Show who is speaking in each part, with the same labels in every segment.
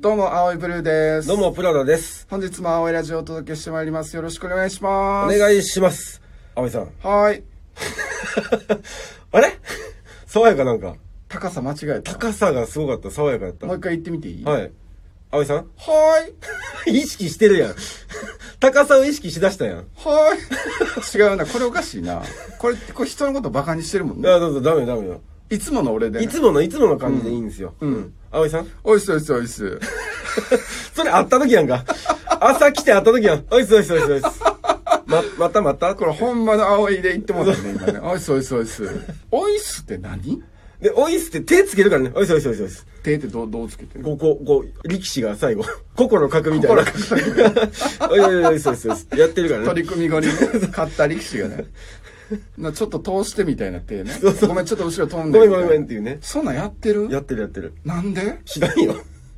Speaker 1: どうも、青いブルーです。
Speaker 2: どう。も、プラダです。
Speaker 1: 本日も青いラジオをお届けしてまいります。よろしくお願いしま
Speaker 2: お
Speaker 1: す。
Speaker 2: 願いします。葵さん。
Speaker 1: はーい。
Speaker 2: あれ 爽やかなんか。
Speaker 1: 高さ間違えた。
Speaker 2: 高さがすごかった。爽やかやった。
Speaker 1: もう一
Speaker 2: は
Speaker 1: 回言ってみていいい。
Speaker 2: い。葵さん
Speaker 1: はーい。
Speaker 2: 意識してるやん。 高さを意識しだしたやん。
Speaker 1: はーい。 違うな。これおかしいな。これ、これ人のことバカにしてるもん
Speaker 2: あ、
Speaker 1: ね。
Speaker 2: どうぞ、ダメよダメよ。
Speaker 1: いつもの俺で、ね。
Speaker 2: いつもの、いつもの感じでいいんですよ。
Speaker 1: うん。
Speaker 2: 葵さん
Speaker 1: おいっすおいっすおいっす。
Speaker 2: それ会った時やん か。朝来て会った時やん。おいっすおいっすおいっすおいっす。 ま、またまた
Speaker 1: これほんまの青いで言ってもらったね、今 ね。おいっすおいっすおいっす。おいっすって何
Speaker 2: で、おいっすって手つけるからね。おいっすおいっすおいっすおいっす。
Speaker 1: 手ってどう、どうつけてる
Speaker 2: ここ、こう、力士が最後、 心の角みたいな。 おいおいおいおい、そうです、そうです。やってるから
Speaker 1: 取
Speaker 2: ね。
Speaker 1: り組み 後に買った力士がね。なちょっと通してみたいな手ね。ごめん、ちょっと後ろ飛んで。
Speaker 2: ごめんごめんごめんっていうね。
Speaker 1: そんなんやってる
Speaker 2: やってるやってる。
Speaker 1: なんで
Speaker 2: 知らんよ。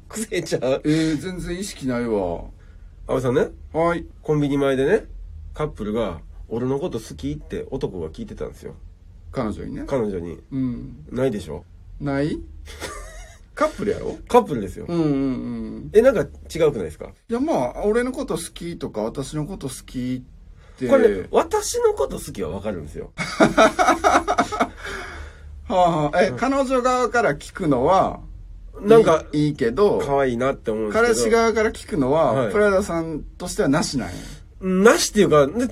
Speaker 2: くせえちゃう
Speaker 1: え。ー、全然意識ないわ。
Speaker 2: 安倍さんね、
Speaker 1: はい。
Speaker 2: コンビニ前でね、カップルが、俺のこと好きって男が聞いてたんですよ。
Speaker 1: 彼女にね。
Speaker 2: 彼女に。
Speaker 1: うん。
Speaker 2: ないでしょ
Speaker 1: ない カップルやろ
Speaker 2: カップルですよ
Speaker 1: う。んうんうん。
Speaker 2: え、なんか違うくないですか
Speaker 1: いや、まあ、俺のこと好きとか、私のこと好きって。
Speaker 2: これね、私のこと好きはわかるんですよ。
Speaker 1: はあはあ、え、彼女側から聞くのは、
Speaker 2: なんか、
Speaker 1: いいいいけど、
Speaker 2: 可愛いなって思うんですけど。
Speaker 1: 彼氏側から聞くのは、
Speaker 2: はい
Speaker 1: プラダさんとしてはなしなんや。
Speaker 2: なしっていうか、で違う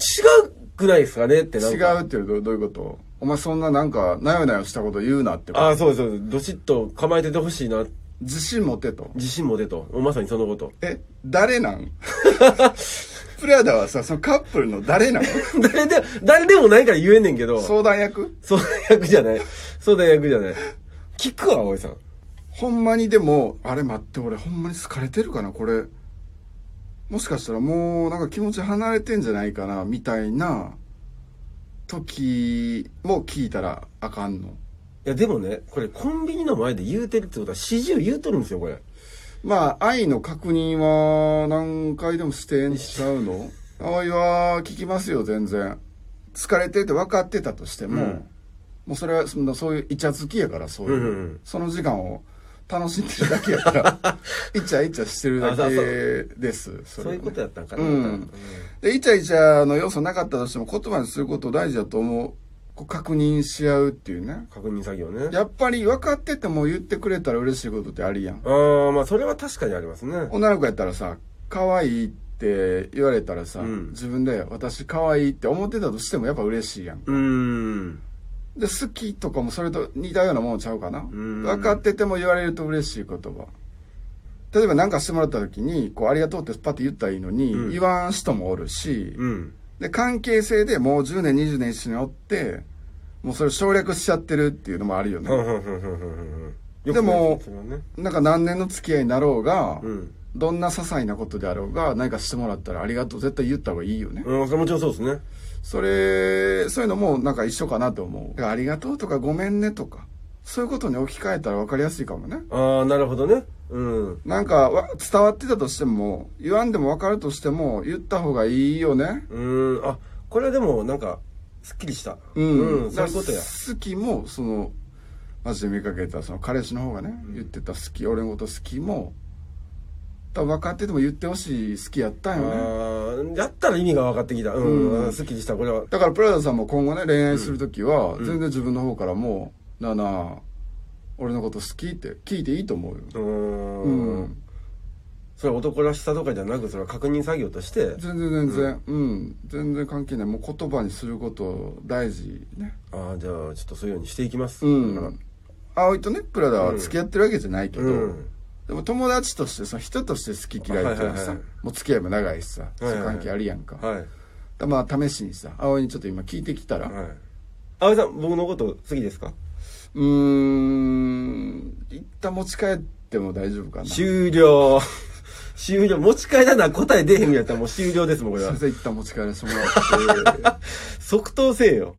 Speaker 2: くないですかねってなん
Speaker 1: 違
Speaker 2: か。
Speaker 1: うっていうのはどういうことお前そんななんか、なよなよしたこと言うなってこと
Speaker 2: ああ、そうですそうです。どしっと構えててほしいな。
Speaker 1: 自信持てと。
Speaker 2: 自信も出と。まさにそのこと。
Speaker 1: え、誰なん プラダはさ、そのカップルの誰なの
Speaker 2: 誰で、誰でもないから言えんねんけど。
Speaker 1: 相談役
Speaker 2: 相談役じゃない。相談役じゃない。聞くわ、葵さん。
Speaker 1: ほんまにでも、あれ待って、俺ほんまに好かれてるかなこれ。もしかしたらもうなんか気持ち離れてんじゃないかなみたいな時も聞いたらあかんの。
Speaker 2: いや、でもね、これコンビニの前で言うてるってことは、始終言うとるんですよ、これ。
Speaker 1: まあ、愛の確認は何回でもしてんちゃうの葵は聞きますよ、全然。疲れてて分かってたとしても、
Speaker 2: うん
Speaker 1: もうそれはそのそういうイチャつきやから、そういう、
Speaker 2: うんうんうん
Speaker 1: その時間を楽しんでるだけや から、イチャイチャしてるだ
Speaker 2: あそうそ
Speaker 1: けです。そ
Speaker 2: そう
Speaker 1: れはね
Speaker 2: いうことやったんかな。
Speaker 1: うん
Speaker 2: うん
Speaker 1: で、イチャイチャの要素なかったとしても、言葉にすること大事だと思う。こう確認し合うっていうね。
Speaker 2: 確認作業ね。
Speaker 1: やっぱり分かってても言ってくれたら嬉しいことってありやん。
Speaker 2: ああ、まあ、それは確かにありますね。
Speaker 1: 女の子やったらさ可愛いって言われたらさ、
Speaker 2: うん
Speaker 1: 自分で私可愛いって思ってたとしてもやっぱ嬉しいやん
Speaker 2: うーん。
Speaker 1: で好きとかもそれと似たようなもんちゃうかな
Speaker 2: うん
Speaker 1: 分かってても言われると嬉しい言葉例えば何かしてもらった時にこうありがとうってパッて言ったらいいのに、
Speaker 2: うん
Speaker 1: 言わん人もおるし、
Speaker 2: うん。
Speaker 1: で関係性でもう10年20年一緒におってもうそれ省略しちゃってるっていうのもあるよ
Speaker 2: ふん
Speaker 1: ね、
Speaker 2: ふんふんふんふんふんふん。
Speaker 1: でも
Speaker 2: よくないすねそれはね
Speaker 1: なんか何年の付き合いになろうが、
Speaker 2: うん。
Speaker 1: どんな些細なことであろうが何かしてもらったらありがとう絶対言った方がいいよね
Speaker 2: うん、それもちろんそうですね。
Speaker 1: それ、そういうのもなんか一緒かなと思う。だからありがとうとかごめんねとか、そういうことに置き換えたら分かりやすいかもね。
Speaker 2: ああ、なるほどね。うん。
Speaker 1: なんかわ伝わってたとしても、言わんでも分かるとしても、言った方がいいよね。
Speaker 2: うーん。あ、これはでも、なんか、すっきりした。
Speaker 1: うん。
Speaker 2: そういうことや
Speaker 1: だか。ら好きも、その、マジで見かけたその彼氏の方がね、言ってた好き、俺のこと好きも、多分分かってても言ってほしい好きやったんよね。
Speaker 2: あーやったら意味が分かってきた。う
Speaker 1: うん
Speaker 2: ん、うん、すっきりした、これは。
Speaker 1: だからプラダさんも今後ね恋愛する時は、全然自分の方からもう「なあなあ俺のこと好き?」って聞いていいと思うよ、
Speaker 2: うーん,、
Speaker 1: うん
Speaker 2: ん。それは男らしさとかじゃなく、それは確認作業として、
Speaker 1: 全然全然うん、全然関係ないもう言葉にすること大事ね
Speaker 2: ああ、じゃあ、ちょっとそういうようにしていきます。
Speaker 1: うん
Speaker 2: だから
Speaker 1: 葵とねプラダは付き合ってるわけじゃないけど、
Speaker 2: うん。
Speaker 1: でも友達としてその人として好き嫌いっていうのはさ、
Speaker 2: はいはいはい
Speaker 1: もう付き合いも長いしさ、
Speaker 2: いはい
Speaker 1: そういう関係あるやんか、
Speaker 2: はい。
Speaker 1: だからまあ試しにさ葵にちょっと今聞いてきたら、
Speaker 2: はい。あおさん、僕のこと好きですか
Speaker 1: うーん一旦持ち帰っても大丈夫かな
Speaker 2: 終了。 終了。持ち帰ら な答え出へんやったらもう終了ですもん、これは
Speaker 1: 先。生一旦持ち帰らせてもらって
Speaker 2: 即答せえよ。